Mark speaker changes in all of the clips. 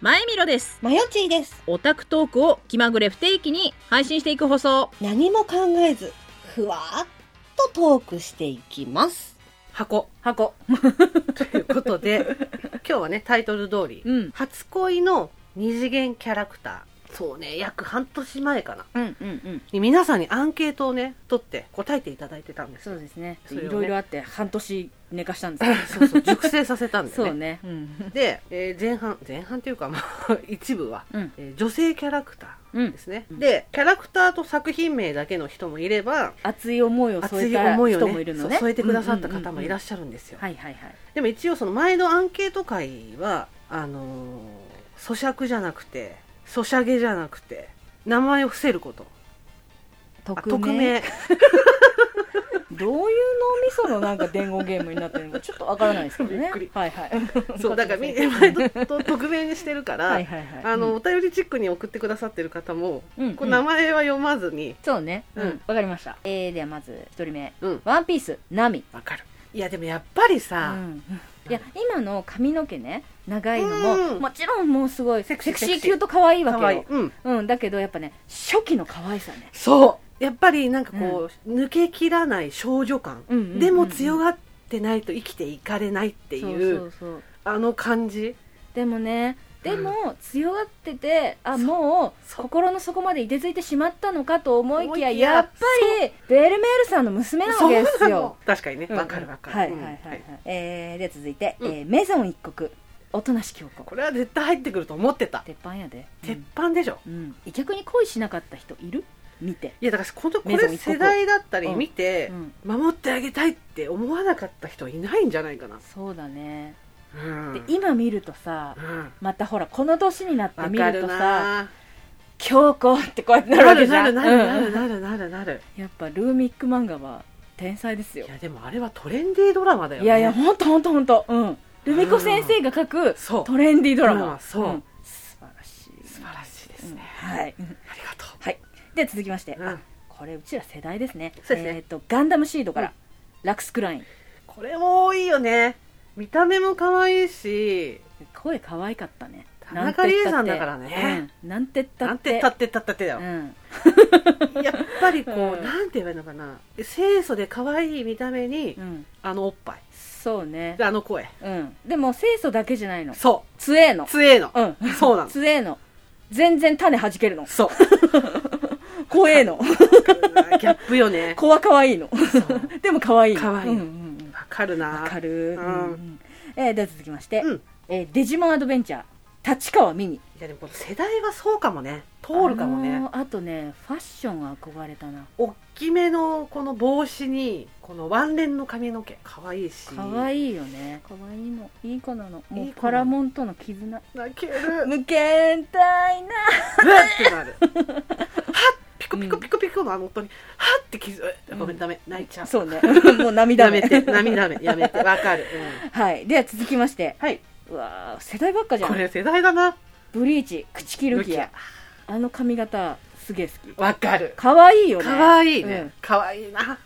Speaker 1: 前みろです。
Speaker 2: マヨチーです。
Speaker 1: オタクトークを気まぐれ不定期に配信していく放送。
Speaker 2: 何も考えず、ふわーっとトークしていきます。
Speaker 1: 箱。
Speaker 3: 箱ということで今日はねタイトル通り、
Speaker 1: うん。
Speaker 3: 初恋の二次元キャラクターそうね約半年前かな
Speaker 1: うんうんうん。
Speaker 3: に皆さんにアンケートをね取って答えていただいてたんです
Speaker 1: そうですね。
Speaker 3: そ
Speaker 1: い
Speaker 3: れをね
Speaker 1: ろいろあって半年寝かしたんです
Speaker 3: そう そう熟成させたん
Speaker 1: けど。
Speaker 3: だよ
Speaker 1: そ
Speaker 3: ね
Speaker 1: うね。うん。
Speaker 3: で、えー前半前半というかまあ 一部は、
Speaker 1: うん
Speaker 3: えー女性キャラクタ
Speaker 1: う
Speaker 3: ー
Speaker 1: ん
Speaker 3: で。すね、
Speaker 1: うん
Speaker 3: でキャラクターと作品名だけの人もいれば
Speaker 1: 熱い思いを
Speaker 3: 熱
Speaker 1: 添え
Speaker 3: い
Speaker 1: た
Speaker 3: 思い
Speaker 1: 人
Speaker 3: を
Speaker 1: もい
Speaker 3: ね
Speaker 1: るの
Speaker 3: そう
Speaker 1: ね。
Speaker 3: 添えてくださった方もいらっ
Speaker 1: し
Speaker 3: しゃるんですよ、
Speaker 1: ゃる。はいはいはい。
Speaker 3: でも一応その前のアンケート会はあのー咀嚼じゃなくて咀嚼じゃなくて名前を伏せることあ
Speaker 1: 匿
Speaker 3: 匿
Speaker 1: 名。
Speaker 3: 名
Speaker 1: どういう脳みそのなんか伝言ゲームになってるのかちょっとわからないですけ ど
Speaker 3: び
Speaker 1: ね
Speaker 3: っくり。
Speaker 1: はいはい。
Speaker 3: そうだからみ
Speaker 1: は
Speaker 3: 前とと匿名にしてるから、
Speaker 1: いはいはい。
Speaker 3: あのお便りチックに送ってくださってる方も、
Speaker 1: うん、うん
Speaker 3: こう名前は読まずに
Speaker 1: そうね。うん。
Speaker 3: うん
Speaker 1: わ、かりました。えー、ではまず一人目。
Speaker 3: うん
Speaker 1: ワンピース、ナミ。
Speaker 3: わかるいやでもやっぱり
Speaker 1: う
Speaker 3: さ、
Speaker 1: ん。いや、今の髪の毛ね、長いのも、
Speaker 3: うん
Speaker 1: もちろんもうすごいセ
Speaker 3: セ
Speaker 1: ク
Speaker 3: ク
Speaker 1: シ
Speaker 3: シ
Speaker 1: ー
Speaker 3: ー
Speaker 1: キュート可愛いわ
Speaker 3: かわ
Speaker 1: け
Speaker 3: いい
Speaker 1: よ。
Speaker 3: うん
Speaker 1: うん。だけどやっぱね、初期の可愛さね。
Speaker 3: そうやっぱりなんかこう、抜けきらない少女感、
Speaker 1: うんうんうんうん
Speaker 3: でも強がってないと生きていかれないっていう
Speaker 1: そうそうそう。
Speaker 3: あの感じ
Speaker 1: でもね、でも、強がってて、あ、もう、
Speaker 3: そう
Speaker 1: 心の底までいてついてしまったのかと思いきや、
Speaker 3: 思いきや
Speaker 1: やっぱり、ベルメールさんの娘なわけです
Speaker 3: そうな
Speaker 1: よ
Speaker 3: の。確かにね
Speaker 1: うん
Speaker 3: わかるわかる、
Speaker 1: はいは
Speaker 3: う
Speaker 1: い
Speaker 3: ん
Speaker 1: はいはい。えー、で続いて、
Speaker 3: うん
Speaker 1: えーメゾン一国、おとなしき男。
Speaker 3: これは絶対入ってくると思ってた
Speaker 1: 鉄板やで。
Speaker 3: 鉄板でしょ、
Speaker 1: うん、逆に恋しなかった人いる見て、
Speaker 3: いやだからこのこ
Speaker 1: メゾン
Speaker 3: れ
Speaker 1: 一国
Speaker 3: 世代だった
Speaker 1: う
Speaker 3: り
Speaker 1: ん
Speaker 3: 見て、守ってあげたいって思わなかった人いないんじゃないかな、
Speaker 1: そうだね、
Speaker 3: うん
Speaker 1: で今見るとさ
Speaker 3: うん
Speaker 1: またほらこの年になって
Speaker 3: わ
Speaker 1: 見
Speaker 3: か
Speaker 1: ると
Speaker 3: る
Speaker 1: さ
Speaker 3: な
Speaker 1: 「強子」ってこうやってなる
Speaker 3: な
Speaker 1: わけ
Speaker 3: る
Speaker 1: じゃ
Speaker 3: なんるなるな
Speaker 1: うん
Speaker 3: るなるなるなる
Speaker 1: やっぱルーミック漫画は天才ですよ
Speaker 3: いやでもあれはトレンディードラマだよ、ね、
Speaker 1: いやいやほんとほんとほんとうんルミ子先生が書く
Speaker 3: そう
Speaker 1: トレンディードラマ
Speaker 3: ドラマそうん
Speaker 1: 素晴らしい
Speaker 3: 素晴らしいです
Speaker 1: うん
Speaker 3: ね、
Speaker 1: はい
Speaker 3: ありがとう
Speaker 1: はいで続きまして、
Speaker 3: うん
Speaker 1: これうちら世代ですね
Speaker 3: そうですね
Speaker 1: えっ、とガンダムシードから、
Speaker 3: うん
Speaker 1: ラクスクライン
Speaker 3: これも多いよね見た目も可愛いし
Speaker 1: 声可愛かったね
Speaker 3: 田中理恵さんだからね、
Speaker 1: うんなんてった
Speaker 3: な
Speaker 1: っ
Speaker 3: ん
Speaker 1: て
Speaker 3: てたってたってだよ、
Speaker 1: うん
Speaker 3: やっぱりこう、
Speaker 1: うん
Speaker 3: なんて言えばいいのかな清楚で可愛い見た目に、
Speaker 1: うん
Speaker 3: あのおっぱい
Speaker 1: そうね
Speaker 3: であの声
Speaker 1: うんでも清楚だけじゃないの
Speaker 3: そ
Speaker 1: 強え
Speaker 3: う
Speaker 1: の
Speaker 3: 強えの
Speaker 1: うん
Speaker 3: そうなの
Speaker 1: 強えの全然種弾けるの
Speaker 3: そう
Speaker 1: 怖えの
Speaker 3: ギャップよね
Speaker 1: 子は可愛いの
Speaker 3: そう
Speaker 1: でも可愛いの
Speaker 3: 可愛い
Speaker 1: うん
Speaker 3: の
Speaker 1: うんうん
Speaker 3: わかるな
Speaker 1: わかる
Speaker 3: う
Speaker 1: うんんうんえーでは続きまして
Speaker 3: うん
Speaker 1: えーデジモンアドベンチャー立川ミニ
Speaker 3: いやでもこの世代はそうかもね通るかも
Speaker 1: あ
Speaker 3: ね
Speaker 1: のーあとねファッション憧れたな
Speaker 3: おっきめのこの帽子にこのワンレンの髪の毛可愛いし
Speaker 1: 可
Speaker 3: い
Speaker 1: 愛いよね可愛いのいい子なのも
Speaker 3: いうい子なの
Speaker 1: パラモンとの絆
Speaker 3: 泣けるうっ
Speaker 1: 無限大な
Speaker 3: ってなるはっピコピ
Speaker 1: う
Speaker 3: コ
Speaker 1: ん
Speaker 3: ピコピコのあの音にはっって傷ごめんダメ泣いちゃ う
Speaker 1: そうね もう涙
Speaker 3: や
Speaker 1: 目
Speaker 3: めて涙目やめてわかる、
Speaker 1: はいでは続きまして
Speaker 3: うん、はいう
Speaker 1: わー世代ばっかじゃ
Speaker 3: こ
Speaker 1: ん
Speaker 3: れ世代だな
Speaker 1: ブリーチ口切るキ
Speaker 3: ル
Speaker 1: アあの髪型すげえ好き
Speaker 3: わかる
Speaker 1: 可愛いよね
Speaker 3: 可愛いね
Speaker 1: う
Speaker 3: 可愛いな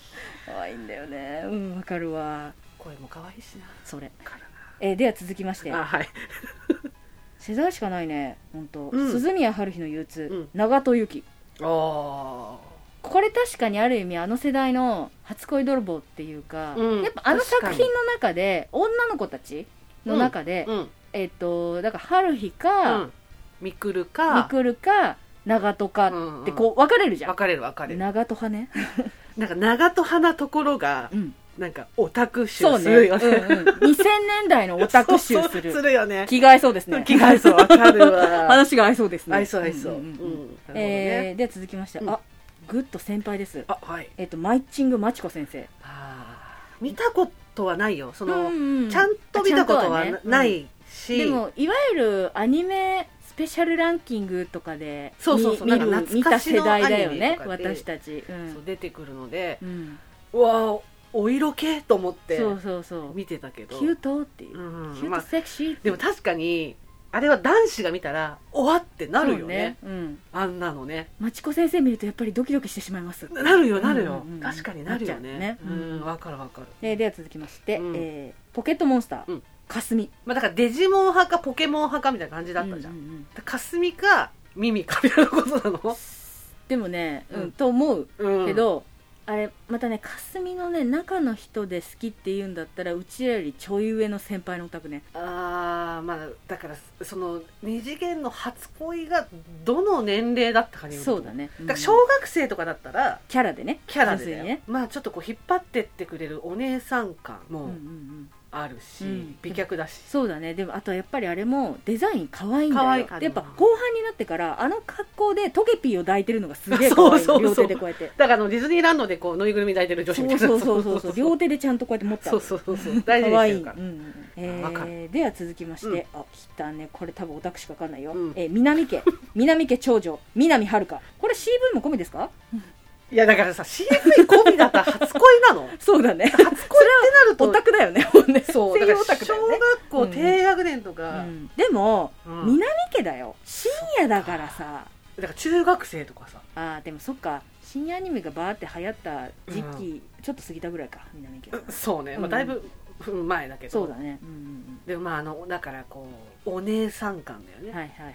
Speaker 1: 可愛いんだよねうんわかるわ
Speaker 3: 声も可愛いしな
Speaker 1: それ
Speaker 3: わか
Speaker 1: えーでは続きまして
Speaker 3: るなあはい
Speaker 1: 世代しかないね本当、
Speaker 3: うん
Speaker 1: 鈴宮春日の憂鬱、
Speaker 3: うん
Speaker 1: 長戸由紀
Speaker 3: おお
Speaker 1: これ確かにある意味あの世代の初恋泥棒っていうか、
Speaker 3: うん
Speaker 1: やっぱあの
Speaker 3: 確
Speaker 1: 作
Speaker 3: かに
Speaker 1: 品の中で女の子たちの中で、
Speaker 3: うん
Speaker 1: えっ、とだから春日
Speaker 3: う
Speaker 1: か、
Speaker 3: んみくる
Speaker 1: ミ
Speaker 3: か
Speaker 1: クルか長戸か
Speaker 3: うん
Speaker 1: ってこう分かれるじゃん
Speaker 3: 分かれる分かれる
Speaker 1: 長戸派ね、
Speaker 3: なんか長と派ところが
Speaker 1: うん、
Speaker 3: なんかオタク
Speaker 1: そ
Speaker 3: 臭
Speaker 1: う
Speaker 3: す
Speaker 1: ね、
Speaker 3: る
Speaker 1: うんう
Speaker 3: よ
Speaker 1: ん、
Speaker 3: ね
Speaker 1: 2000年代のオタク集
Speaker 3: そう
Speaker 1: す
Speaker 3: そう
Speaker 1: る
Speaker 3: するよね
Speaker 1: 着替えそうですね
Speaker 3: 気が合いそう分かるわ
Speaker 1: 話が合いそうですね
Speaker 3: 合いそう合いそうん
Speaker 1: んんうん
Speaker 3: うんなるほ
Speaker 1: え
Speaker 3: どね
Speaker 1: ーで続きまして、
Speaker 3: うん
Speaker 1: あグッド先輩です
Speaker 3: あはい
Speaker 1: えっ、とマイチングマチコ先生
Speaker 3: あー見たことはないよその
Speaker 1: ん
Speaker 3: ちゃんと見たことは
Speaker 1: ちゃん
Speaker 3: な
Speaker 1: ね
Speaker 3: ないし
Speaker 1: でもいわゆるアニメスペシャルランキングとかで
Speaker 3: そうそうそう
Speaker 1: み見る
Speaker 3: なんか
Speaker 1: 見
Speaker 3: 懐
Speaker 1: た
Speaker 3: かし
Speaker 1: 世
Speaker 3: の
Speaker 1: 代だよ
Speaker 3: アニメ
Speaker 1: ね
Speaker 3: とかで
Speaker 1: 私たち、うん
Speaker 3: そう出てくるので
Speaker 1: うん
Speaker 3: うわーお色気と思って
Speaker 1: そうそうそう
Speaker 3: 見てたけど
Speaker 1: キュートっていう、
Speaker 3: うん
Speaker 1: キュー
Speaker 3: ま
Speaker 1: ト
Speaker 3: あ、
Speaker 1: セクシーって
Speaker 3: で
Speaker 1: いう
Speaker 3: も確かにあれは男子が見たらおわってなるよね
Speaker 1: そううん
Speaker 3: あんなのね
Speaker 1: マチコ先生見るとやっぱりドキドキしてしまいます
Speaker 3: なるよなるよ、
Speaker 1: うんうんうん
Speaker 3: 確かになるよ
Speaker 1: なっちゃう
Speaker 3: ね
Speaker 1: ね
Speaker 3: うんわかるわかる
Speaker 1: えーでは続きまして、
Speaker 3: うん
Speaker 1: えーポケットモンスター、
Speaker 3: うん
Speaker 1: 霞
Speaker 3: まあだからデジモン派かポケモン派かみたいな感じだったじゃん。
Speaker 1: ううう
Speaker 3: だからかすみかミミかみたいなことなの。
Speaker 1: でもね、うん
Speaker 3: うん
Speaker 1: と思う
Speaker 3: うん。
Speaker 1: けど、あれまたね霞のね中の人で好きって言うんだったらうちらよりちょい上の先輩のお宅ね
Speaker 3: ああまあだからその二次元の初恋がどの年齢だったかによると
Speaker 1: そ
Speaker 3: 思
Speaker 1: うだね、
Speaker 3: だから
Speaker 1: うん
Speaker 3: 小学生とかだったら
Speaker 1: キャラでね
Speaker 3: キャラでだ
Speaker 1: 純粋
Speaker 3: よ
Speaker 1: にね
Speaker 3: まあちょっとこう引っ張ってってくれるお姉さん感
Speaker 1: うんう
Speaker 3: も
Speaker 1: んうん
Speaker 3: あるし、
Speaker 1: うん
Speaker 3: 美脚だし、
Speaker 1: そうだねでもあとやっぱりあれもデザイン可愛いんだよ
Speaker 3: 可愛かった
Speaker 1: でやっぱ後半になってからあの格好でトゲピーを抱いてるのがすげえ
Speaker 3: そう
Speaker 1: 可愛い
Speaker 3: そうそう
Speaker 1: 両手でこうやって
Speaker 3: だからあのディズニーランドでこうぬいぐるみ抱いてる女子みたいな
Speaker 1: そうそうそうそう両手でちゃんとこうやって持った
Speaker 3: そうそうそうそう大事に
Speaker 1: 可愛
Speaker 3: して
Speaker 1: い
Speaker 3: る
Speaker 1: い、
Speaker 3: から
Speaker 1: うん
Speaker 3: わか
Speaker 1: えー、では続きまして、あ来たねこれ多分オタクしかわかんないよ、
Speaker 3: うん
Speaker 1: えー南 家南家長女南遥香これ CV も込みですか
Speaker 3: いやだからさ CV 込みだったら初恋な の
Speaker 1: そうだね
Speaker 3: 初恋ってなると
Speaker 1: オタクだよねもうね
Speaker 3: そう
Speaker 1: 声
Speaker 3: だか
Speaker 1: 優
Speaker 3: ら
Speaker 1: オタクだよ
Speaker 3: 小
Speaker 1: ね
Speaker 3: 学校
Speaker 1: うん
Speaker 3: 低学年とか、
Speaker 1: うんでも、
Speaker 3: うん
Speaker 1: 南家だよ深夜だからさ
Speaker 3: だから中学生とかさ
Speaker 1: あーでもそっか深夜アニメがバーって流行った時期、ちょっと過ぎたぐらいか南家は
Speaker 3: そうね、まあ、だいぶうん前だけど
Speaker 1: そうだね、うんうん
Speaker 3: でもまああのだからこうお姉さん感だよね、
Speaker 1: うん、はいはいはいはい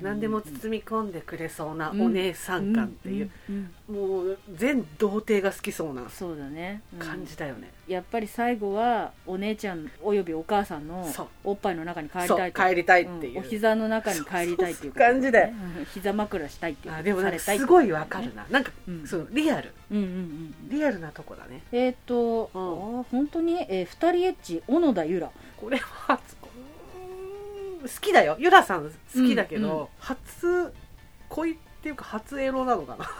Speaker 3: 何でも包み込んでくれそうなお姉さん感っていう、、
Speaker 1: うんうんうん
Speaker 3: もう全童貞が好きそうな
Speaker 1: うんそうだね、うん
Speaker 3: 感じだよね、
Speaker 1: やっぱり最後はお姉ちゃんおよびお母さんの
Speaker 3: そう
Speaker 1: おっぱいの中に帰り
Speaker 3: そう
Speaker 1: たいと
Speaker 3: 帰りたいってい
Speaker 1: ん
Speaker 3: う、
Speaker 1: お膝の中に帰りたいっていう
Speaker 3: そうそう感じだよ
Speaker 1: うん膝枕したいっていう
Speaker 3: あでもなんか
Speaker 1: されたいっていう
Speaker 3: すごいわかるな、なんか、
Speaker 1: うん
Speaker 3: そのリアル
Speaker 1: うんうんうんうん
Speaker 3: リアルなとこだね
Speaker 1: えっ、と、
Speaker 3: う
Speaker 1: あ
Speaker 3: ん
Speaker 1: ー本当に、えー、二人エッチ小野田由良
Speaker 3: これは初恋うーん好きだよゆらさん好きだけど、
Speaker 1: うんう
Speaker 3: 初恋っていうか初エロなのかな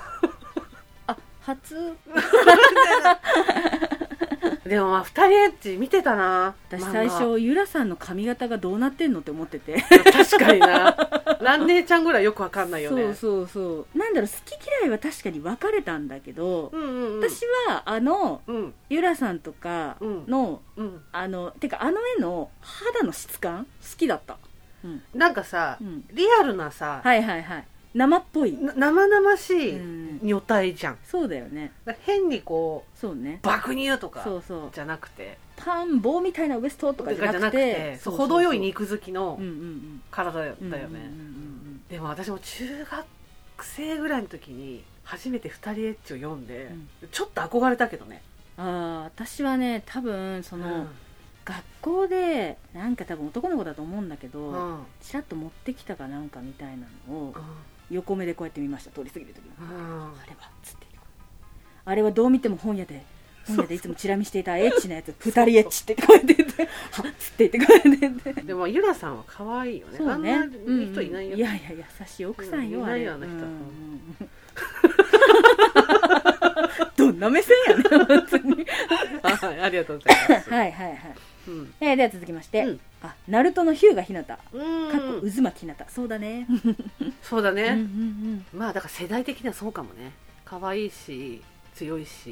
Speaker 1: あ初
Speaker 3: でもまあ二人エッチ見てたな
Speaker 1: 私
Speaker 3: 漫画
Speaker 1: 最初由良さんの髪型がどうなってんのって思ってて
Speaker 3: 確かになランネーちゃんぐらいよくわかんないよ
Speaker 1: そう
Speaker 3: ね
Speaker 1: そうそうなんだろう好き嫌いは確かに分かれたんだけど、
Speaker 3: うんうんうん
Speaker 1: 私はあの
Speaker 3: うん
Speaker 1: 由良さんとか
Speaker 3: うん
Speaker 1: の、
Speaker 3: うん
Speaker 1: あのてかあの絵の肌の質感好きだった、うん
Speaker 3: なんかさ、
Speaker 1: うん、
Speaker 3: リアルなさ、
Speaker 1: はいはいはい生っぽい、
Speaker 3: な生々し
Speaker 1: う
Speaker 3: い
Speaker 1: ん
Speaker 3: 女体じゃん、
Speaker 1: そうだよね
Speaker 3: だから変にこ
Speaker 1: そうね
Speaker 3: う爆乳とか
Speaker 1: そうそう
Speaker 3: じゃなくて
Speaker 1: パン棒みたいなウエストとかじゃなくて
Speaker 3: そう
Speaker 1: そうそうそう
Speaker 3: 程よい肉付きの
Speaker 1: うんうん
Speaker 3: 体だよ
Speaker 1: うん
Speaker 3: ね、
Speaker 1: うんうんうん
Speaker 3: でも私も中学生ぐらいの時に初めて「二人エッチ」を読んで、ちょっと憧れたけどね、
Speaker 1: うんあー私はね多分そうの、
Speaker 3: ん
Speaker 1: 学校でなんか多分男の子だと思うんだけど、
Speaker 3: うんうん
Speaker 1: ちらっと持ってきたかなんかみたいなのを横目でこうやって見ました通り過ぎる時に
Speaker 3: うん
Speaker 1: あれはつってあれはどう見ても本屋で本屋でいつもチラ見していたエッチなやつ二人エッチってこうやって言ってはっつって言ってこうやって言って
Speaker 3: でもゆらさんは可愛いよね
Speaker 1: そうね
Speaker 3: あんな人いないよ、
Speaker 1: うんいやいや優しい奥さんよ、
Speaker 3: うん
Speaker 1: あれ
Speaker 3: いないよあの人
Speaker 1: うんうんうんどんな 目線やねん本当に
Speaker 3: はい ありがとうございます、
Speaker 1: はいはいはい、
Speaker 3: うん
Speaker 1: えー、では続きまして、
Speaker 3: うん
Speaker 1: あナルトのヒューガひなたか
Speaker 3: うん
Speaker 1: っこ渦巻ひなたそうだね
Speaker 3: そうだ
Speaker 1: うんうんう
Speaker 3: ね、
Speaker 1: ん
Speaker 3: まあだから世代的にはそうかもね可愛いし強いし、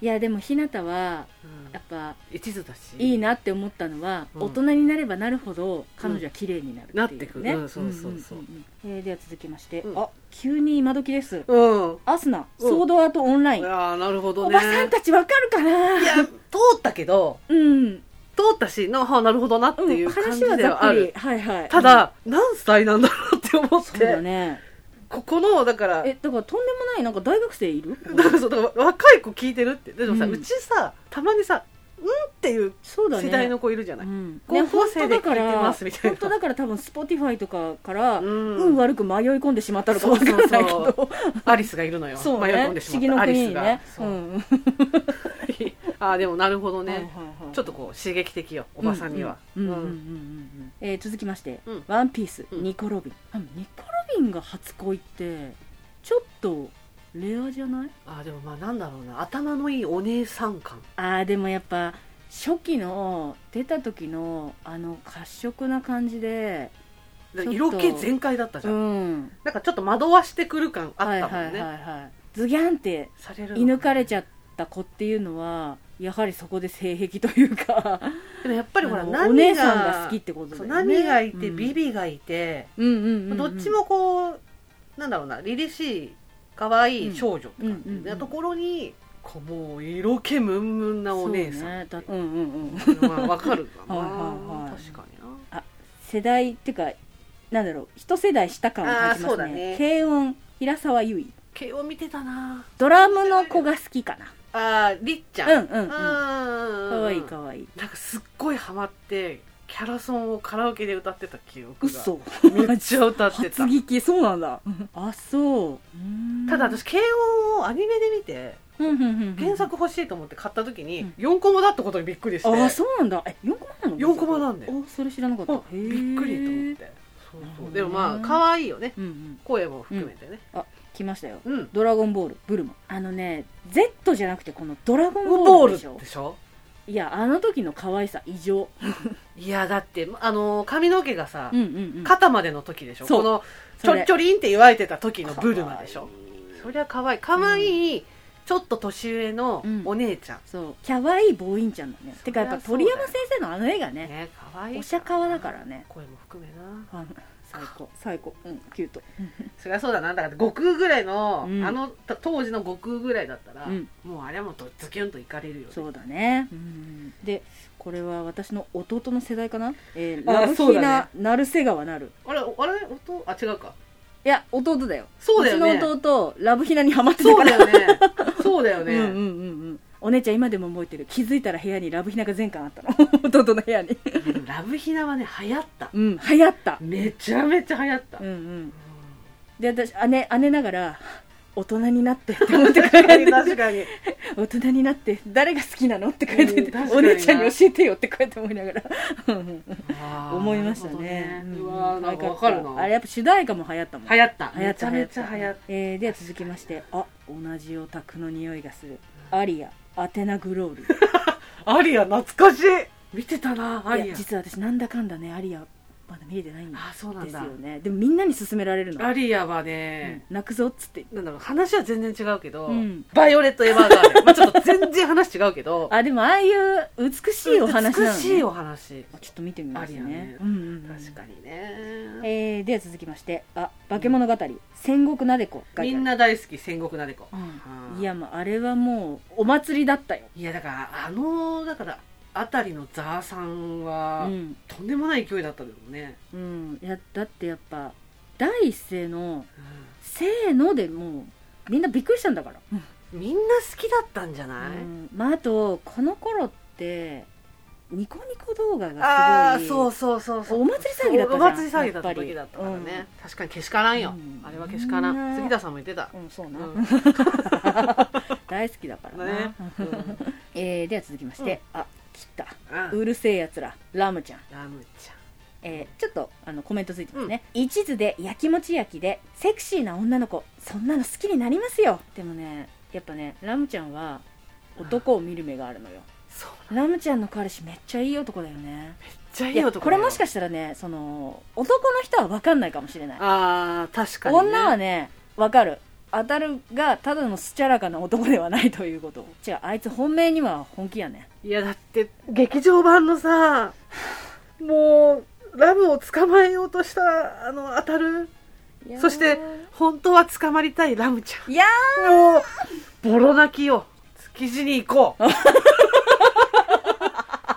Speaker 1: いやでもひなたは
Speaker 3: うん
Speaker 1: やっぱ
Speaker 3: 一途だし
Speaker 1: いいなって思ったのは、
Speaker 3: うん
Speaker 1: 大人になればなるほど彼女は綺麗になる
Speaker 3: なっ
Speaker 1: っててい
Speaker 3: く
Speaker 1: うね、
Speaker 3: うんそうそうそうん
Speaker 1: んうんえーでは続きまして、
Speaker 3: うん
Speaker 1: あ急に今時です
Speaker 3: うん
Speaker 1: アスナ
Speaker 3: うん
Speaker 1: ソードアートオンライン、
Speaker 3: ああなるほどね
Speaker 1: おばさんたちわかるかない
Speaker 3: や通ったけど
Speaker 1: うん、、
Speaker 3: 通ったしなはあなるほどなっていううん感じ
Speaker 1: 話
Speaker 3: で
Speaker 1: はざっ
Speaker 3: はあ
Speaker 1: く
Speaker 3: る、
Speaker 1: りはいはい
Speaker 3: た、だ、何歳なんだろうって思っ
Speaker 1: うんそうだ
Speaker 3: て、
Speaker 1: ね
Speaker 3: ここのだから
Speaker 1: えだからとんでもないなんか大学生いる
Speaker 3: だからそうだから若い子聞いてるってでもさ、う
Speaker 1: うん
Speaker 3: ちさたまにさ「うん?」っていう
Speaker 1: そうだね
Speaker 3: 世代の子いるじゃない、
Speaker 1: うん、
Speaker 3: 高校
Speaker 1: ね
Speaker 3: 生で
Speaker 1: 本当だから
Speaker 3: 聞いてますみたいな
Speaker 1: 本当だから多分 Spotify とかから、うん
Speaker 3: ん
Speaker 1: 悪く迷い込んでしまったのかわからないけど
Speaker 3: そうそうそアリスがいるのよ
Speaker 1: そう
Speaker 3: 迷い
Speaker 1: ね
Speaker 3: 込んで
Speaker 1: 不
Speaker 3: し
Speaker 1: 思議
Speaker 3: まっ
Speaker 1: の
Speaker 3: たアリ
Speaker 1: 国
Speaker 3: ス
Speaker 1: に
Speaker 3: が、
Speaker 1: ね、、
Speaker 3: そううんあでもなるほどね、
Speaker 1: はいはいはい
Speaker 3: ちょっとこう刺激的よおばさんには、
Speaker 1: うんうんうんうん
Speaker 3: うん
Speaker 1: うんえー続きまして
Speaker 3: うん
Speaker 1: 「ワンピース
Speaker 3: うん
Speaker 1: ニコ・ロビン」あニコ・ロビンが初恋ってちょっとレアじゃない
Speaker 3: あでもまあなんだろうな頭のいいお姉さん感
Speaker 1: あーでもやっぱ初期の出た時のあの褐色な感じで
Speaker 3: だ
Speaker 1: ち
Speaker 3: か
Speaker 1: ょ
Speaker 3: ら
Speaker 1: っと
Speaker 3: 色気全開だったじゃ、
Speaker 1: うんん
Speaker 3: なんかちょっと惑わしてくる感あったもんね、
Speaker 1: はいはいはいはいズギャンって
Speaker 3: される
Speaker 1: 射抜かれち
Speaker 3: ゃ
Speaker 1: ゃった子っていうのはやはりそこで性癖というか
Speaker 3: うでもやっぱりほら
Speaker 1: あの
Speaker 3: 何が
Speaker 1: お姉さんが好きってことだ
Speaker 3: そ
Speaker 1: よ
Speaker 3: う
Speaker 1: ね
Speaker 3: 何がいて、
Speaker 1: うん
Speaker 3: ビビがいて、
Speaker 1: うんうんうんうん
Speaker 3: どっちもこうなんだろうな凛々しい可愛い少女って
Speaker 1: うんうん
Speaker 3: 感
Speaker 1: うん
Speaker 3: じなところにこもう色気ムンムンなお姉さ
Speaker 1: そうね
Speaker 3: ん
Speaker 1: だうんうんうん
Speaker 3: まあわかるかな
Speaker 1: はいはいはい
Speaker 3: 確かにな
Speaker 1: 世代っていうかなんだろう一世代下感を感じま
Speaker 3: あ
Speaker 1: す
Speaker 3: ーそうだ
Speaker 1: ね
Speaker 3: ね
Speaker 1: 慶音平沢優衣
Speaker 3: 慶応見てたな
Speaker 1: ドラムの子が好きかな
Speaker 3: あーりっちゃん
Speaker 1: うんうんうん
Speaker 3: か
Speaker 1: 可愛い可愛い
Speaker 3: なんかすっごいハマってキャラソンをカラオケで歌ってた記憶が
Speaker 1: 嘘
Speaker 3: めっちゃ歌って
Speaker 1: 初
Speaker 3: た
Speaker 1: 聞きそうなんだあそううーん
Speaker 3: ただ私慶応をアニメで見て
Speaker 1: うんうんうんうん
Speaker 3: 原作欲しいと思って買った時
Speaker 1: う
Speaker 3: に
Speaker 1: ん
Speaker 3: 4コマだったことにびっくりして
Speaker 1: ああそうなんだえ四コマなの
Speaker 3: 四コマなんだよ
Speaker 1: おそれ知らなかった
Speaker 3: あびっくりと思っ
Speaker 1: へ
Speaker 3: てそう
Speaker 1: なるほ
Speaker 3: そ
Speaker 1: ど
Speaker 3: う
Speaker 1: ね
Speaker 3: でもまあ可愛いよね
Speaker 1: ーうんうん
Speaker 3: 声も含めてね
Speaker 1: 来ましたよ
Speaker 3: うん、
Speaker 1: ドラゴンボールブルマあのね Z じゃなくてこのドラゴンボ
Speaker 3: ボ
Speaker 1: ー
Speaker 3: ー
Speaker 1: ル
Speaker 3: ル
Speaker 1: でしょ
Speaker 3: でしょ
Speaker 1: いやあの時の可愛さ異常
Speaker 3: いやだってあの髪の毛がさ、
Speaker 1: うんうんうん
Speaker 3: 肩までの時でしょ
Speaker 1: そう
Speaker 3: このち
Speaker 1: そ
Speaker 3: ょ
Speaker 1: れ
Speaker 3: ちょりんって言われてた時のブルマでしょそりゃ可愛い可愛い、ちょっと年上のお姉ちゃん、
Speaker 1: そうキャワイイボーインちゃんだねてかやっぱ
Speaker 3: そり
Speaker 1: 鳥
Speaker 3: ゃ
Speaker 1: 山
Speaker 3: そうだよ
Speaker 1: 先生のあの絵がね
Speaker 3: ね可愛い
Speaker 1: おしゃかわだからね
Speaker 3: 声も含めな
Speaker 1: あの最高最高うんキュート
Speaker 3: そりゃそうだなんだかって悟空ぐらいの、
Speaker 1: うん
Speaker 3: あのた当時の悟空ぐらいだったら、
Speaker 1: うん
Speaker 3: もうあれはもうドズキュンといかれるよね
Speaker 1: そうだねうんでこれは私の弟の世代かなえー
Speaker 3: あ
Speaker 1: ラブ
Speaker 3: そ
Speaker 1: ヒ
Speaker 3: うだ
Speaker 1: ナ成瀬川なる
Speaker 3: あれあれ音あ違うか
Speaker 1: いや弟だよ
Speaker 3: そうだよ
Speaker 1: ち
Speaker 3: ね
Speaker 1: の弟ラブヒナにハマってた
Speaker 3: そ
Speaker 1: か
Speaker 3: う
Speaker 1: ら
Speaker 3: だよ ねそうだよね、
Speaker 1: うんうんうんうんお姉ちゃん今でも覚えてる気づいたら部屋にラブヒナが全巻あったの 弟の部屋に
Speaker 3: でもラブヒナはね流行った
Speaker 1: うん流行った
Speaker 3: めちゃめちゃ流行った、
Speaker 1: う
Speaker 3: うん
Speaker 1: うんんで私姉姉ながら 大人になってって思って帰って
Speaker 3: 確かに
Speaker 1: 大人になって誰が好きなのって書いて
Speaker 3: うん
Speaker 1: て、
Speaker 3: 確かにな
Speaker 1: お姉ちゃんに教えてよってこうやって思いながら うん思
Speaker 3: 思
Speaker 1: いましたね
Speaker 3: う
Speaker 1: うん
Speaker 3: わーなんかわかる
Speaker 1: あ
Speaker 3: な
Speaker 1: れやっぱ主題歌も流行ったもん
Speaker 3: 流行った
Speaker 1: 流行った
Speaker 3: めちゃめちゃ流行った
Speaker 1: た、えー、では続きましてあ同じオタクの匂いがするアリアアテナグロール
Speaker 3: アリア懐かしい見てたなア
Speaker 1: い
Speaker 3: リ
Speaker 1: や
Speaker 3: ア
Speaker 1: 実は私なんだかんだねアリアまだ見れてないんで
Speaker 3: あそうなん
Speaker 1: す
Speaker 3: だ
Speaker 1: よねでもみんなに勧められるの
Speaker 3: アリアは
Speaker 1: うん
Speaker 3: ね、
Speaker 1: 泣くぞっつって
Speaker 3: なんだろう話は全然違うけど、
Speaker 1: うん
Speaker 3: バイオレット・エヴァーガーデン、まあ、ちょっと全然話違うけど
Speaker 1: あでもああいう美しいお話なの、ね、
Speaker 3: 美しいお話
Speaker 1: あちょっと見てみますね
Speaker 3: アリアね
Speaker 1: うんうんうん
Speaker 3: 確かにね、
Speaker 1: えー、では続きましてあ化け物語、戦国なでこが
Speaker 3: みんな大好き戦国なでこ、
Speaker 1: う、
Speaker 3: うんん
Speaker 1: いやもうあれはもうお祭りだったよ、
Speaker 3: いやだからあのだからあたりのザーさん
Speaker 1: う
Speaker 3: は、
Speaker 1: ん
Speaker 3: とんでもない勢いだったけどね、
Speaker 1: うん、いやだってやっぱ第一声の「せーの」でもうみんなびっくりしたんだから、
Speaker 3: みんな好きだったんじゃない、
Speaker 1: うんまあ、あとこの頃ってニコニコ動画
Speaker 3: あ
Speaker 1: が
Speaker 3: あ
Speaker 1: すごい
Speaker 3: そうそうそうそう
Speaker 1: お祭り騒ぎだったじゃん
Speaker 3: お祭り騒ぎだった時だったから
Speaker 1: やっぱり
Speaker 3: ね、確かにけしからんよ、
Speaker 1: うん
Speaker 3: あれはけしから
Speaker 1: うん
Speaker 3: ん杉田さんも言ってた、
Speaker 1: うんそうな、
Speaker 3: うん
Speaker 1: 大好きだからな、
Speaker 3: ね、
Speaker 1: えー、では続きまして、あ切った
Speaker 3: うん
Speaker 1: うるせえやつらラムちゃん、
Speaker 3: ラムちゃん
Speaker 1: えー、ちょっとあのコメントついてますね、一途でやきもち焼きでセクシーな女の子そんなの好きになりますよでもねやっぱねラムちゃんは男を見る目があるのよ
Speaker 3: そう
Speaker 1: ラムちゃんの彼氏めっちゃいい男だよね
Speaker 3: めっちゃい
Speaker 1: い
Speaker 3: い
Speaker 1: や
Speaker 3: 男
Speaker 1: これもし
Speaker 3: し
Speaker 1: かしたらねその男の人は分かんないかもしれない
Speaker 3: あー確かに、ね、
Speaker 1: 女はね分かる当たるがただのすちゃらかな男ではないということ違うあいつ本命には本気やね
Speaker 3: いやだって劇場版のさもうラムを捕まえようとしたあの当たるそして本当は捕まりたいラムちゃん
Speaker 1: いや
Speaker 3: もうボロ泣きよ築地に行こ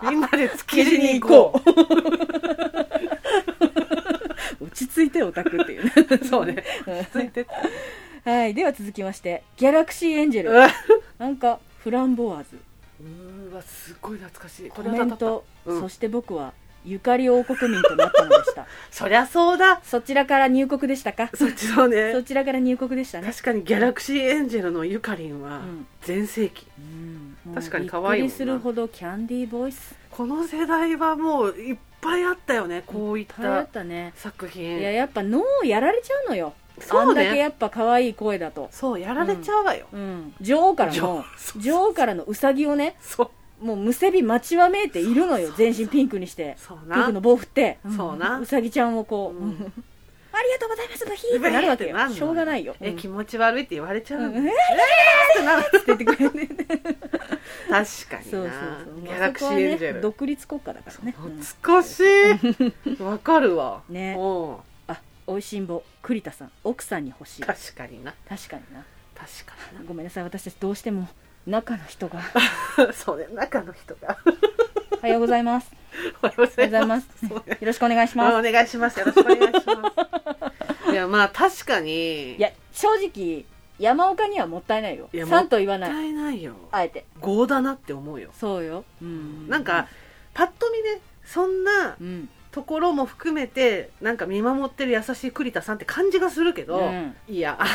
Speaker 3: うみんなで築地に行こう
Speaker 1: ー落ち着いてオタクっていう ね
Speaker 3: そうね続いてって
Speaker 1: はいでは続きましてギャラクシーエンジェ
Speaker 3: う
Speaker 1: ル
Speaker 3: わ
Speaker 1: なんかフランボワーズ
Speaker 3: うーわすごい懐かしい
Speaker 1: コ
Speaker 3: これは
Speaker 1: メ
Speaker 3: た
Speaker 1: ント、
Speaker 3: うん
Speaker 1: そして僕はゆかり王国民となったのでした
Speaker 3: そりゃそうだ
Speaker 1: そちらから入国でしたか
Speaker 3: そっちそう
Speaker 1: そ
Speaker 3: ね
Speaker 1: ちらから入国でしたね
Speaker 3: 確かにギャラクシーエンジェルのゆかりん
Speaker 1: う
Speaker 3: は
Speaker 1: ん
Speaker 3: 全盛期、
Speaker 1: うんもう
Speaker 3: 確かに可愛いもんな
Speaker 1: びっくりするほどキャンディーボイス
Speaker 3: この世代はもういっぱいあったよねこういっ
Speaker 1: 流行
Speaker 3: た
Speaker 1: ったね
Speaker 3: 作
Speaker 1: いや
Speaker 3: 品
Speaker 1: やっぱ脳をやられちゃうのよあ
Speaker 3: そうん
Speaker 1: だけ
Speaker 3: ね
Speaker 1: やっぱ可愛い声だと、
Speaker 3: そうやられちゃうわよ、
Speaker 1: うん、女王から
Speaker 3: 女王
Speaker 1: の
Speaker 3: そう
Speaker 1: 女王からのウサギをね
Speaker 3: そう
Speaker 1: もうむせび待ちわめいているのよ全身ピンクにして
Speaker 3: そう
Speaker 1: ピン
Speaker 3: な
Speaker 1: クの棒振って
Speaker 3: そうな
Speaker 1: ウサギちゃんをこう、
Speaker 3: うん
Speaker 1: ありがとうございますのヒーってなるわけ
Speaker 3: うわ
Speaker 1: よ
Speaker 3: ーってなんの
Speaker 1: しょうがないよ
Speaker 3: え
Speaker 1: うん
Speaker 3: 気持ち悪いって言われちゃう
Speaker 1: う
Speaker 3: の、
Speaker 1: んえー
Speaker 3: 確
Speaker 1: って言ってくれ るね
Speaker 3: かにな
Speaker 1: そうそうそう
Speaker 3: ギャラクシーエンジ
Speaker 1: そこ
Speaker 3: ェ
Speaker 1: はね
Speaker 3: ル、
Speaker 1: 独立国家だからね、うん
Speaker 3: 懐かしいわかるわ
Speaker 1: ね
Speaker 3: うん
Speaker 1: あおいしんぼ栗田さん奥さんに欲しい確
Speaker 3: 確かにな
Speaker 1: かにな
Speaker 3: 確かにな
Speaker 1: ごめんなさい私たちどうしても中の人が
Speaker 3: それ中の人が
Speaker 1: 「おはようございます」
Speaker 3: おはようご
Speaker 1: 「おはようございます」
Speaker 3: そう
Speaker 1: よ
Speaker 3: ね
Speaker 1: ろしくお願いし
Speaker 3: あ
Speaker 1: ま
Speaker 3: お願いしますよろしくお願い しますいやまあ確かに
Speaker 1: す」いや正直山岡にはもったいないよ
Speaker 3: いや
Speaker 1: さんと言わ
Speaker 3: もっ
Speaker 1: ない
Speaker 3: たいないよ
Speaker 1: あえて
Speaker 3: 業だなって思うよ
Speaker 1: そうようん
Speaker 3: なんかパッと見ねそんな
Speaker 1: うん
Speaker 3: ところも含めてなんか見守ってる優しい栗田さんって感じがするけど、
Speaker 1: うん
Speaker 3: いやあれ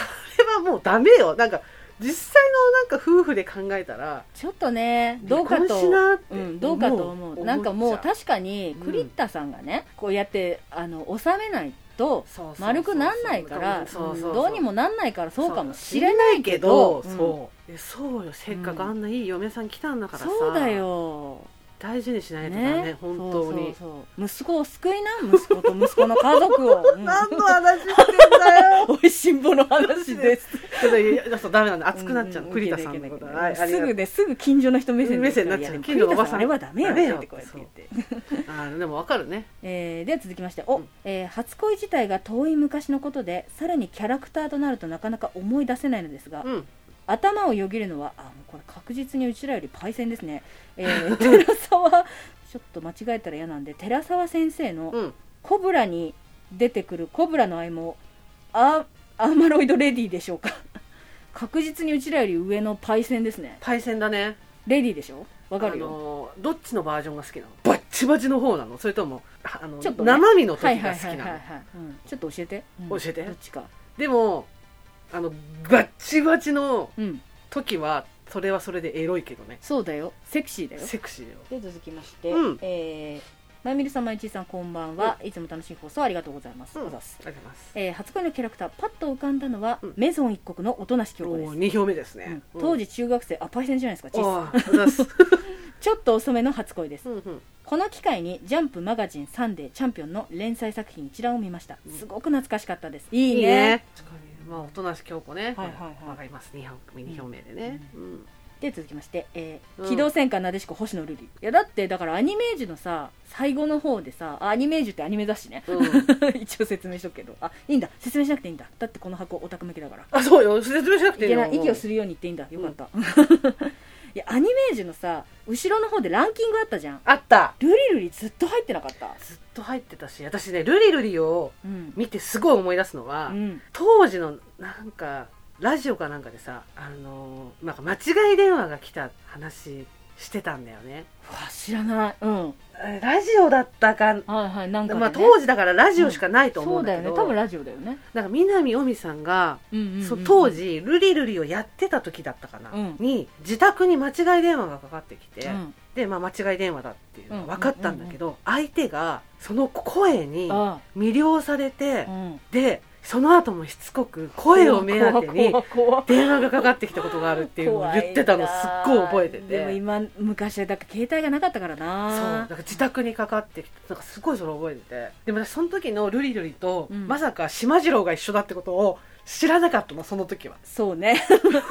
Speaker 3: はもうダメよなんか実際のなんか夫婦で考えたら
Speaker 1: ちょっとねどうか
Speaker 3: 離
Speaker 1: と
Speaker 3: 婚しなって
Speaker 1: う
Speaker 3: 思
Speaker 1: ん、どうかと思うなんかもう
Speaker 3: 思っちゃ
Speaker 1: 確かに
Speaker 3: うん
Speaker 1: 栗田さんがね、こうやってあの収めないと
Speaker 3: そうそうそう
Speaker 1: 丸くなんないから
Speaker 3: そうそうそう
Speaker 1: どうにもなんないからそうかもしれないけ
Speaker 3: け
Speaker 1: ど
Speaker 3: どそうえそうよせっかくあんないい嫁さん来たんだ
Speaker 1: うん
Speaker 3: からさ、
Speaker 1: そうだよ、
Speaker 3: 大事にしないとダメ、
Speaker 1: ね、
Speaker 3: 本当に
Speaker 1: そうそうそう息子を救いな息子と息子の家族を、 うん
Speaker 3: の話してんだよ
Speaker 1: おいしんぼの話です
Speaker 3: ちょっといやそうダメなんで熱くなっちゃう、
Speaker 1: んん
Speaker 3: 栗田さんのこと
Speaker 1: いけ
Speaker 3: は
Speaker 1: ない
Speaker 3: はい
Speaker 1: いけないすぐ
Speaker 3: ありがとう
Speaker 1: ねすぐ近所の人目線
Speaker 3: 目線になっちゃう
Speaker 1: いやでも
Speaker 3: 近所の
Speaker 1: 栗田
Speaker 3: おば
Speaker 1: さ
Speaker 3: さ
Speaker 1: ん
Speaker 3: ん
Speaker 1: あれはダメよ
Speaker 3: ダメよ
Speaker 1: ってこうやって言って
Speaker 3: あーでもわかるね
Speaker 1: えーでは続きましてお、
Speaker 3: うん
Speaker 1: えー初恋自体が遠い昔のことでさらにキャラクターとなるとなかなか思い出せないのですが、
Speaker 3: うん
Speaker 1: 頭をよぎるのはあもうこれ確実にうちらよりパイセンですね、え ー寺沢ちょっと間違えたら嫌なんで寺沢先生の
Speaker 3: うん
Speaker 1: 「コブラ」に出てくるコブラの合間をアアーマロイドレディでしょうか 確実にうちらより上のパイセンですね
Speaker 3: パイセンだね
Speaker 1: レディでしょわ
Speaker 3: わ
Speaker 1: かる
Speaker 3: あ
Speaker 1: よ
Speaker 3: のーどっちのバージョンが好きなのバッチバチの方なのそれともああの、
Speaker 1: ちょっとね
Speaker 3: 生身の時
Speaker 1: はいは
Speaker 3: が
Speaker 1: い
Speaker 3: 好き
Speaker 1: はい
Speaker 3: な
Speaker 1: はい、は
Speaker 3: の
Speaker 1: いうんちょっと教えて、うん
Speaker 3: 教えて
Speaker 1: どっちか
Speaker 3: でもあのバッチバチの
Speaker 1: うん
Speaker 3: 時はそれはそれでエロいけどね
Speaker 1: そうだよセクシーだよ
Speaker 3: セクシーよ
Speaker 1: で続きまして、
Speaker 3: うん
Speaker 1: えーまゆみるさんまゆちいさんこんばんは、いつも楽しい放送ありがとうございます、
Speaker 3: うん
Speaker 1: おざっす
Speaker 3: ありがとうございます
Speaker 1: えー初恋のキャラクターパッと浮かんだのは、
Speaker 3: うん
Speaker 1: メゾン一国の音無し京子です
Speaker 3: お2票目です
Speaker 1: う
Speaker 3: ね
Speaker 1: ん、
Speaker 3: うん
Speaker 1: 当時中学生あパイセンじゃないですか
Speaker 3: お
Speaker 1: 小さ
Speaker 3: ーありがとうございます
Speaker 1: いちょっと遅めの初恋です、
Speaker 3: うんうん
Speaker 1: この機会に「ジャンプマガジンサンデーチャンピオン」の連載作品一覧を見ました
Speaker 3: うん
Speaker 1: すごく懐かしかったですいいね
Speaker 3: いいね確かにまあ音無し京子ね
Speaker 1: はいはいはい
Speaker 3: わかります2票目2票目でねうん
Speaker 1: で続きまして、えー
Speaker 3: うん
Speaker 1: 機動戦艦なでしこ星野瑠璃」いやだってだからアニメージュのさ最後の方でさあアニメージュってアニメ雑誌ね
Speaker 3: うん
Speaker 1: 一応説明しとくけどあいいんだ説明しなくていいんだだってこの箱オタク向けだから
Speaker 3: あそうよ説明しなくて
Speaker 1: い
Speaker 3: い
Speaker 1: け
Speaker 3: いよ
Speaker 1: ない息をす
Speaker 3: る
Speaker 1: るように言っていいんだよかった、 いやアニメージュのさ後ろの方でランキングあったじゃん
Speaker 3: あった
Speaker 1: ルリルリずっと入ってなかった
Speaker 3: ずっと入ってたし私ねルリルリを
Speaker 1: うん、
Speaker 3: 見てすごい思い出すのは、
Speaker 1: うん、
Speaker 3: 当時のなんかラジオかなんかでさあのーなんか間違い電話が来た話してたんだよね
Speaker 1: うわ知らないうん
Speaker 3: えラジオだったか
Speaker 1: はいはいなんか、ね、
Speaker 3: まあ、当時だからラジオしかないと思
Speaker 1: そううんだ
Speaker 3: だ
Speaker 1: よね
Speaker 3: けど
Speaker 1: 多分ラジオだよね、
Speaker 3: なんか南尾美さんが、
Speaker 1: うんうんうんうん
Speaker 3: そう当時ルリルリをやってた時だったかな、
Speaker 1: うん
Speaker 3: に自宅に間違い電話がかかってきて、
Speaker 1: うん
Speaker 3: で、まあ、間違い電話だっていうの
Speaker 1: うん
Speaker 3: が分かったんだけど、相手がその声に
Speaker 1: あ
Speaker 3: 魅了されて、
Speaker 1: あうん
Speaker 3: でその後もしつこく声を目当てに
Speaker 1: 怖い怖い怖い
Speaker 3: 電話がかかってきたことがあるっていうのを言ってたのすっごい覚えて
Speaker 1: でも
Speaker 3: て
Speaker 1: 今昔はだから携帯がなかったから
Speaker 3: そうなん
Speaker 1: な
Speaker 3: か自宅にかかってきてなんかすごいそれ覚えててでも私その時のルリルリと、
Speaker 1: うん
Speaker 3: まさか島次郎が一緒だってことを知らなかったのその時は
Speaker 1: そう ね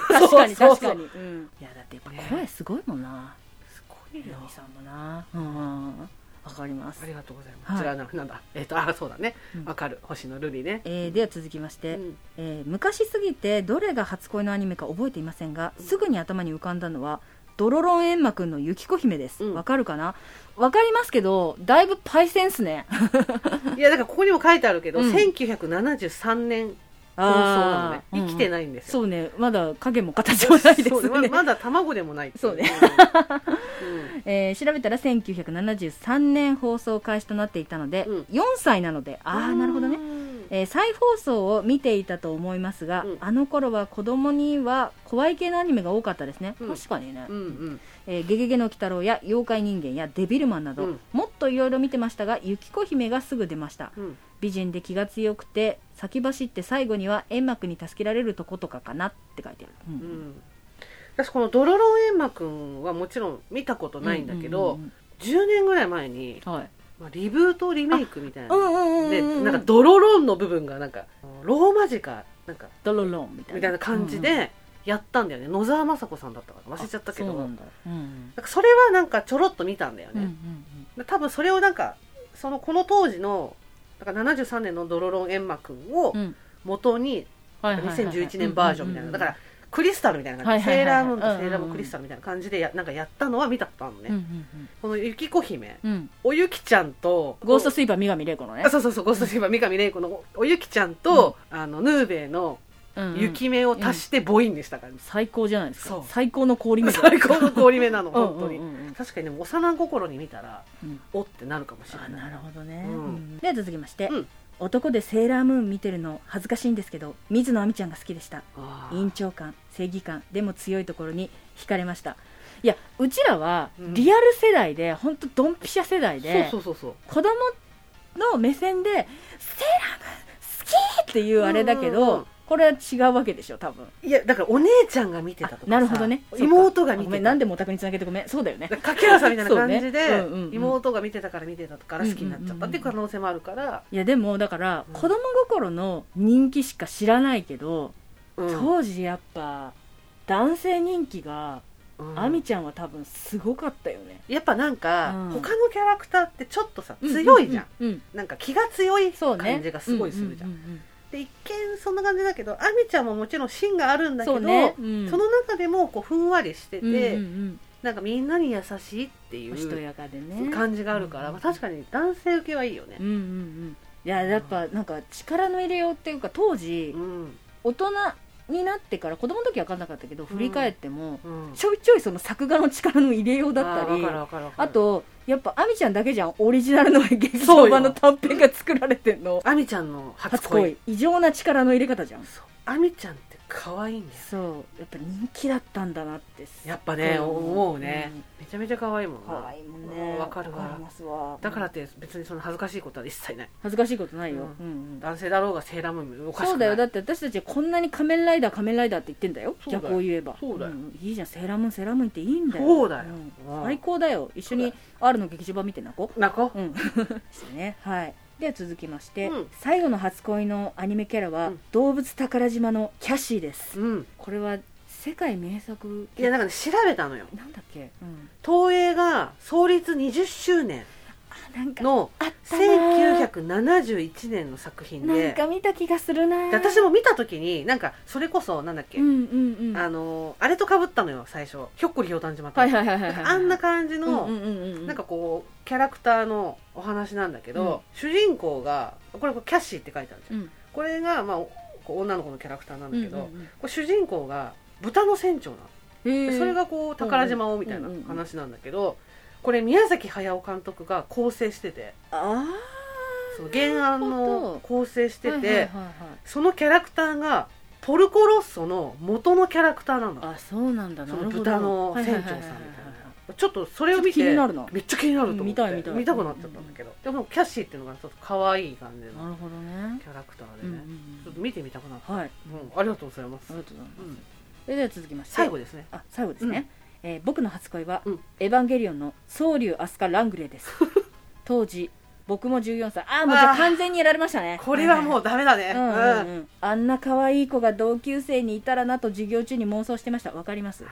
Speaker 1: 確かに
Speaker 3: そうそ
Speaker 1: 確
Speaker 3: うそ
Speaker 1: か
Speaker 3: う
Speaker 1: にうんいやだってやっぱ
Speaker 3: 声
Speaker 1: すごいもんな
Speaker 3: すごいよ
Speaker 1: さんもなうんわかります
Speaker 3: ありがとうございます、
Speaker 1: はい
Speaker 3: こちらのなんだえっ、とあそうだね
Speaker 1: うん
Speaker 3: わ、かる星のルリね
Speaker 1: えーでは続きまし
Speaker 3: う
Speaker 1: て、
Speaker 3: ん
Speaker 1: えー昔すぎてどれが初恋のアニメか覚えていませんがすぐに頭に浮かんだのはドロロンエンマくんの雪子姫です
Speaker 3: うん
Speaker 1: わ、かるかなわかりますけどだいぶパイセンっす ね
Speaker 3: いやだからここにも書いてあるけど、
Speaker 1: うん
Speaker 3: 1973年放送なのね
Speaker 1: ー
Speaker 3: 生きて
Speaker 1: うん
Speaker 3: ないんですよ、
Speaker 1: そうねまだ影も形もないです
Speaker 3: そうま
Speaker 1: ね
Speaker 3: まだ卵でもないってい
Speaker 1: そうね、
Speaker 3: うん
Speaker 1: えー調べたら1973年放送開始となっていたので、
Speaker 3: うん
Speaker 1: 4歳なので ああなるほどね、えー再放送を見ていたと思いますが、
Speaker 3: うん
Speaker 1: あの頃は子供には怖い系のアニメが多かったですね、
Speaker 3: うん
Speaker 1: 確かにね、
Speaker 3: うんうん
Speaker 1: えーゲゲゲの鬼太郎」や「妖怪人間」や「デビルマン」など、
Speaker 3: うん
Speaker 1: もっといろいろ見てましたが雪子姫がすぐ出ました
Speaker 3: うん
Speaker 1: 美人で気が強くて先走って最後には煙幕に助けられるとことかかなって書いてある、う
Speaker 3: うんん私この「ドロロンエンマくん」はもちろん見たことないんだけど、
Speaker 1: うんうん
Speaker 3: 10年ぐらい前に、
Speaker 1: うんはい
Speaker 3: まあ、リブートリメイクみたいな、
Speaker 1: うんうんうん
Speaker 3: で
Speaker 1: うん
Speaker 3: なんかドロロンの部分がなんかローマ字かなんか
Speaker 1: ドロロンみたいな
Speaker 3: みたいな感じでやったんだよね、野沢雅子さんだったから忘れちゃったけど
Speaker 1: そうな
Speaker 3: なんん
Speaker 1: だ、うん
Speaker 3: かそれはなんかちょろっと見たんだよ
Speaker 1: うんうんう
Speaker 3: ね、
Speaker 1: ん
Speaker 3: 多分それをなんかそのこの当時のだから73年の「ドロロンエンマくん」を
Speaker 1: うん
Speaker 3: 元に
Speaker 1: はいはいはいはい
Speaker 3: 2011年バージョンみたいな、だからクリスタルみたいな感じで、
Speaker 1: はいはいはい
Speaker 3: セーラームーンとセーラーム
Speaker 1: うんうんう
Speaker 3: ー
Speaker 1: ん
Speaker 3: ンクリスタルみたいな感じでやなんかやったのは見たことあるのね、
Speaker 1: うんうん
Speaker 3: このゆきこ姫
Speaker 1: うんうん
Speaker 3: おゆきちゃんと
Speaker 1: ゴーストスイーパー三上玲子のね
Speaker 3: あそうそうそうゴーストスイーパー三上玲子のおゆきちゃんと、あのヌーベイの
Speaker 1: うんうん
Speaker 3: 雪目を足して母音にした感じ、
Speaker 1: 最高じゃないですか
Speaker 3: そう
Speaker 1: 最高の氷みたいな
Speaker 3: 最高の氷目な
Speaker 1: う
Speaker 3: の
Speaker 1: ん
Speaker 3: 本
Speaker 1: う
Speaker 3: 当
Speaker 1: ん
Speaker 3: に、
Speaker 1: うんうん
Speaker 3: 確かにでも幼い心に見たら
Speaker 1: うん
Speaker 3: おってなるかもしれな
Speaker 1: あ
Speaker 3: い
Speaker 1: なるほどね、
Speaker 3: うん
Speaker 1: では続きまして、
Speaker 3: うん
Speaker 1: 男でセーラームーン見てるの恥ずかしいんですけど水野亜美ちゃんが好きでした
Speaker 3: あー
Speaker 1: 院長感正義感でも強いところに惹かれましたいやうちらは
Speaker 3: うん
Speaker 1: リアル世代で本当ドンピシャ世代で、
Speaker 3: そうそうそうそう
Speaker 1: 子供の目線で「セーラームーン好き!」っていうあれだけ
Speaker 3: うんう
Speaker 1: ど、
Speaker 3: んうん
Speaker 1: これは違うわけでしょ多分
Speaker 3: いやだからお姉ちゃんが見てたとかさ
Speaker 1: なるほどね
Speaker 3: 妹が見
Speaker 1: ご
Speaker 3: て
Speaker 1: めんな
Speaker 3: た
Speaker 1: んでもお宅につなげてごめんそうだよね
Speaker 3: かけらさんみたいな感じで、
Speaker 1: そうねうんうんうん
Speaker 3: 妹が見てたから見てたから好きになっちゃったっていう可能性もあるから、
Speaker 1: いやでもだから
Speaker 3: うん
Speaker 1: 子供心の人気しか知らないけど、
Speaker 3: うん
Speaker 1: 当時やっぱ男性人気が
Speaker 3: うん
Speaker 1: 亜美、ちゃんは多分すごかったよね
Speaker 3: やっぱなんか、
Speaker 1: うん
Speaker 3: 他のキャラクターってちょっとさ強いじゃん,、
Speaker 1: うん、うん
Speaker 3: なんか気が強い
Speaker 1: そうね
Speaker 3: 感じがすごいするじゃん、
Speaker 1: ううううん
Speaker 3: で一見そんな感じだけど亜美ちゃんももちろん芯があるんだけ
Speaker 1: そ
Speaker 3: ど
Speaker 1: う
Speaker 3: そ,、
Speaker 1: ね、うん
Speaker 3: の中でもこうふんわりしてて、
Speaker 1: うんうん
Speaker 3: なんかみんなに優しいってい
Speaker 1: うんおしと
Speaker 3: う
Speaker 1: やかでね
Speaker 3: 感じがあるから、
Speaker 1: うん
Speaker 3: まあ、確かに男性受けはいいよね
Speaker 1: うんうんうんいややっぱなんか力の入れようっていうか当時
Speaker 3: うん、
Speaker 1: 大人になってから子供の時は分かんなかったけど振り返っても、
Speaker 3: うん
Speaker 1: ちょいちょいその作画の力の入れようだった
Speaker 3: あーわ
Speaker 1: り
Speaker 3: かるわかるわかる
Speaker 1: あとやっぱ亜美ちゃんだけじゃんオリジナルの劇
Speaker 3: そ
Speaker 1: 場
Speaker 3: うよ
Speaker 1: 版の短編が作られてんの
Speaker 3: 亜美ちゃんの初
Speaker 1: 初
Speaker 3: 恋
Speaker 1: 恋異常な力の入れ方じゃん
Speaker 3: そう亜美ちゃんって可愛いんだよ
Speaker 1: そうやっぱ人気だったんだなって
Speaker 3: やっぱね思うね、めちゃめちゃ可愛いもん
Speaker 1: 可
Speaker 3: な
Speaker 1: 愛いもんね
Speaker 3: わかるわ
Speaker 1: りますわ
Speaker 3: だからって別にその恥ずかしいことは一切ない
Speaker 1: 恥ずかしいことないよ、う
Speaker 3: う
Speaker 1: んうん
Speaker 3: 男性だろうがセーラームーンもおかし
Speaker 1: そ
Speaker 3: く
Speaker 1: う
Speaker 3: な
Speaker 1: だ
Speaker 3: い
Speaker 1: よだって私たちはこんなに仮面ライダー仮面ライダーって言ってんだよ
Speaker 3: そうだよ
Speaker 1: 逆を言えば
Speaker 3: そうだよ
Speaker 1: んいいじゃんセーラームーンセーラームーンっていいんだよ
Speaker 3: そうだよ
Speaker 1: ん
Speaker 3: うん
Speaker 1: 最高だよ一緒
Speaker 3: そう
Speaker 1: に R の劇場版見て泣こう
Speaker 3: 泣こう
Speaker 1: うんですねはいでは続きまして、
Speaker 3: うん
Speaker 1: 最後の初恋のアニメキャラは、
Speaker 3: うん
Speaker 1: 動物宝島のキャシーです、
Speaker 3: うん
Speaker 1: これは世界名作
Speaker 3: いやなんかね調べたのよ
Speaker 1: なんだっけ、うん、
Speaker 3: 東映が創立20周年
Speaker 1: あなんか
Speaker 3: の
Speaker 1: あったな
Speaker 3: 1971年の作品
Speaker 1: なん
Speaker 3: で
Speaker 1: か見た気がするな
Speaker 3: で私も見た時になんかそれこそなんだっけ、
Speaker 1: うんうんうん
Speaker 3: あのあれとかぶったのよ最初ひょっこりひょうたん島と、
Speaker 1: はいはいはいはい、はい、
Speaker 3: あんな感じの、
Speaker 1: うんうんうんうん、
Speaker 3: なんかこうキャラクターのお話なんだけど、主人公がこれこれキャッシーって書いてあるじゃん
Speaker 1: うん
Speaker 3: これが、まあ、おこう女の子のキャラクターなんだけど、
Speaker 1: うんうんうん
Speaker 3: これ主人公が豚の船長なの、
Speaker 1: へ
Speaker 3: で
Speaker 1: ー
Speaker 3: それがこう宝島をみたいな話なんだけど、これ宮崎駿監督が構成してて
Speaker 1: あ
Speaker 3: その原案
Speaker 1: なるほど
Speaker 3: の構成し
Speaker 1: して
Speaker 3: て、
Speaker 1: はいはいはいはい
Speaker 3: そのキャラクターがポルコロッソの元のキャラクターなの
Speaker 1: あそうなんだな
Speaker 3: そ
Speaker 1: る
Speaker 3: の
Speaker 1: ほど
Speaker 3: 豚の
Speaker 1: はい
Speaker 3: 船
Speaker 1: は
Speaker 3: 長
Speaker 1: い
Speaker 3: さ
Speaker 1: は
Speaker 3: ん
Speaker 1: いはい
Speaker 3: みたい
Speaker 1: はい
Speaker 3: なちょっとそれを見
Speaker 1: ちょっと気
Speaker 3: て
Speaker 1: になるな
Speaker 3: めっちゃ気になると思って、
Speaker 1: うん見たい見たい
Speaker 3: 見たくなっちゃったんだけど、でもキャッシーっていうのがちょっと可愛い感じ
Speaker 1: な
Speaker 3: の
Speaker 1: るほどね
Speaker 3: キャラクター
Speaker 1: う
Speaker 3: で
Speaker 1: んう
Speaker 3: ね、
Speaker 1: ん
Speaker 3: ち
Speaker 1: う
Speaker 3: ょっ
Speaker 1: ん
Speaker 3: と見てみたくなった、
Speaker 1: はいあ
Speaker 3: うん、ありがとうございます、
Speaker 1: りがとうございます、
Speaker 3: うん
Speaker 1: それでは続きまして
Speaker 3: 最後ですね
Speaker 1: あ最後ですね、えー僕の初恋は、
Speaker 3: うん
Speaker 1: エヴァンゲリオンの宗竜飛鳥ラングレーです 当時僕も14歳ああもう
Speaker 3: あー
Speaker 1: じゃあ完全にやられましたね
Speaker 3: これはも
Speaker 1: う
Speaker 3: うダメだね、
Speaker 1: うんうんうん、あんな可愛い子が同級生にいたらなと授業中に妄想してましたわかります、うん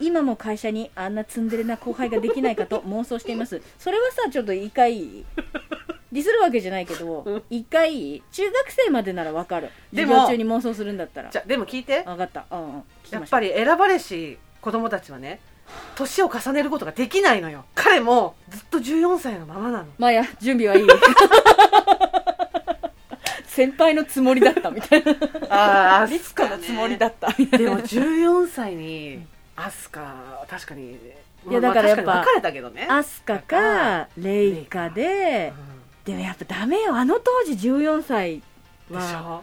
Speaker 1: 今も会社にあんなツンデレな後輩ができないか と妄想していますそれはさちょっと一回ディスるわけじゃないけど一回中学生までならわかる
Speaker 3: で
Speaker 1: 授
Speaker 3: も
Speaker 1: 業中に妄想するんだったら
Speaker 3: じゃあでも聞いて
Speaker 1: 分かったうんうん聞き
Speaker 3: や
Speaker 1: ま
Speaker 3: っ
Speaker 1: しょ
Speaker 3: ぱり選ばれし子供たちはね年を重ねることができないのよ彼もずっと14歳のままなの
Speaker 1: うまあや準備 はいい先輩のつもりだったみたいな
Speaker 3: あ
Speaker 1: リツコのつもりだ
Speaker 3: っ
Speaker 1: った
Speaker 3: たでも14歳にアスカ確かに
Speaker 1: いやだからやっぱ
Speaker 3: まあまあ確かに別れたけど ね、
Speaker 1: アスカかレイカででもやっぱダメよあの当時14歳
Speaker 3: うんでし
Speaker 1: は
Speaker 3: ょ、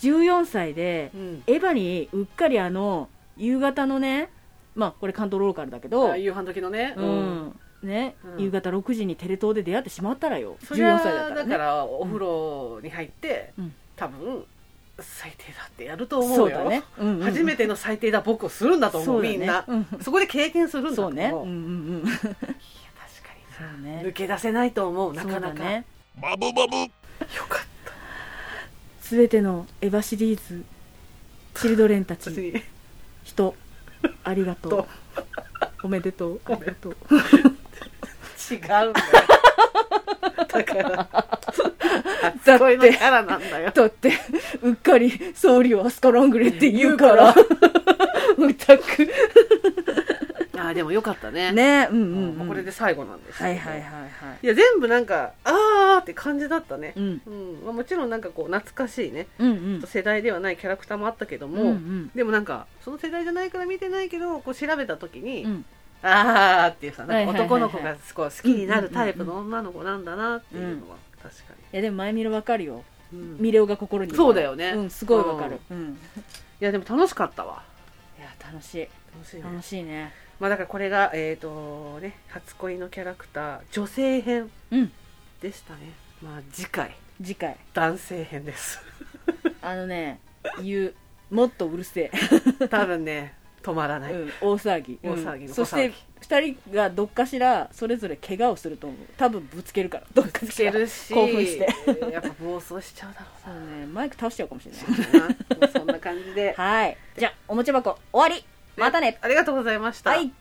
Speaker 1: 14歳で
Speaker 3: うん
Speaker 1: エヴァにうっかりあの夕方のねまあこれ関東ローカルだけど
Speaker 3: あ、夕飯時のね、
Speaker 1: う、んね
Speaker 3: うん
Speaker 1: 夕方6時にテレ東で出会ってしまったらよ
Speaker 3: それは
Speaker 1: 14歳だったら,、
Speaker 3: だ
Speaker 1: ね、
Speaker 3: からお風呂に入って、
Speaker 1: うん
Speaker 3: 多分最低だってやると思うよ
Speaker 1: そうだね、うんうん、
Speaker 3: 初めての最低だ僕をするんだと思
Speaker 1: そ
Speaker 3: う
Speaker 1: うだね
Speaker 3: みんな、
Speaker 1: うん
Speaker 3: そこで経験するんだと
Speaker 1: そ
Speaker 3: 思
Speaker 1: う
Speaker 3: う
Speaker 1: ねうんうんうん
Speaker 3: いや確かにな、
Speaker 1: そうね
Speaker 3: 抜け出せないと思うなかな
Speaker 1: そう
Speaker 3: か、
Speaker 1: だね
Speaker 4: バブバブ
Speaker 3: よかっ
Speaker 1: 全てのエヴァシリーズチルドレンた
Speaker 3: た
Speaker 1: ち
Speaker 3: に
Speaker 1: 人ありがとう
Speaker 3: と
Speaker 1: おめで とうありがとう
Speaker 3: 違うんだよだから
Speaker 1: だって
Speaker 3: だってのキャラなんだよ
Speaker 1: だってうっかり総理をアスカラングレって言うからオタ ク
Speaker 3: あーでもよかったね
Speaker 1: ねうん
Speaker 3: う
Speaker 1: うんん、うん、
Speaker 3: これで最後なんですけど
Speaker 1: はいはいはいはい
Speaker 3: いや全部なんかあーって感じだったね
Speaker 1: うん
Speaker 3: うんまあ、もちろんなんかこう懐かしいね
Speaker 1: うんう
Speaker 3: ちょっ
Speaker 1: ん
Speaker 3: と世代ではないキャラクターもあったけども、
Speaker 1: うんうん
Speaker 3: でもなんかその世代じゃないから見てないけどこう調べた時に、
Speaker 1: うん
Speaker 3: あーっていうさ
Speaker 1: は
Speaker 3: ないんか
Speaker 1: はいはいはい
Speaker 3: 男の子がすごい好きになるタイプの女の子なんだなっていうのは確か
Speaker 1: いやでも前見るわかるよ
Speaker 3: に、うんい
Speaker 1: ミレオが心に
Speaker 3: そうだよね
Speaker 1: うんすごいわかるうん、
Speaker 3: やでも楽しかったわ
Speaker 1: いや楽しい
Speaker 3: 楽しいね
Speaker 1: 楽しいね
Speaker 3: まあだからこれがえっ、とね初恋のキャラクター女性編
Speaker 1: うん
Speaker 3: でしたねまあ次回
Speaker 1: 次回
Speaker 3: 男性編です
Speaker 1: あのね言うもっとうるせ
Speaker 3: 多分ね止まら
Speaker 1: え、
Speaker 3: ない、
Speaker 1: うん、大騒ぎ
Speaker 3: 大騒ぎ
Speaker 1: うん
Speaker 3: の
Speaker 1: そして2人がどっかしらそれぞれ怪我をすると思う多分ぶつけるからどっか
Speaker 3: つ
Speaker 1: し
Speaker 3: け
Speaker 1: ら
Speaker 3: るし
Speaker 1: 興奮して
Speaker 3: やっぱ暴走しちゃうだろ
Speaker 1: そうねマイク倒しちゃうかもしれないう
Speaker 3: なもうそんな感じで
Speaker 1: はいじゃあおもちゃ箱終わりまたね
Speaker 3: ありがとうございました、
Speaker 1: はい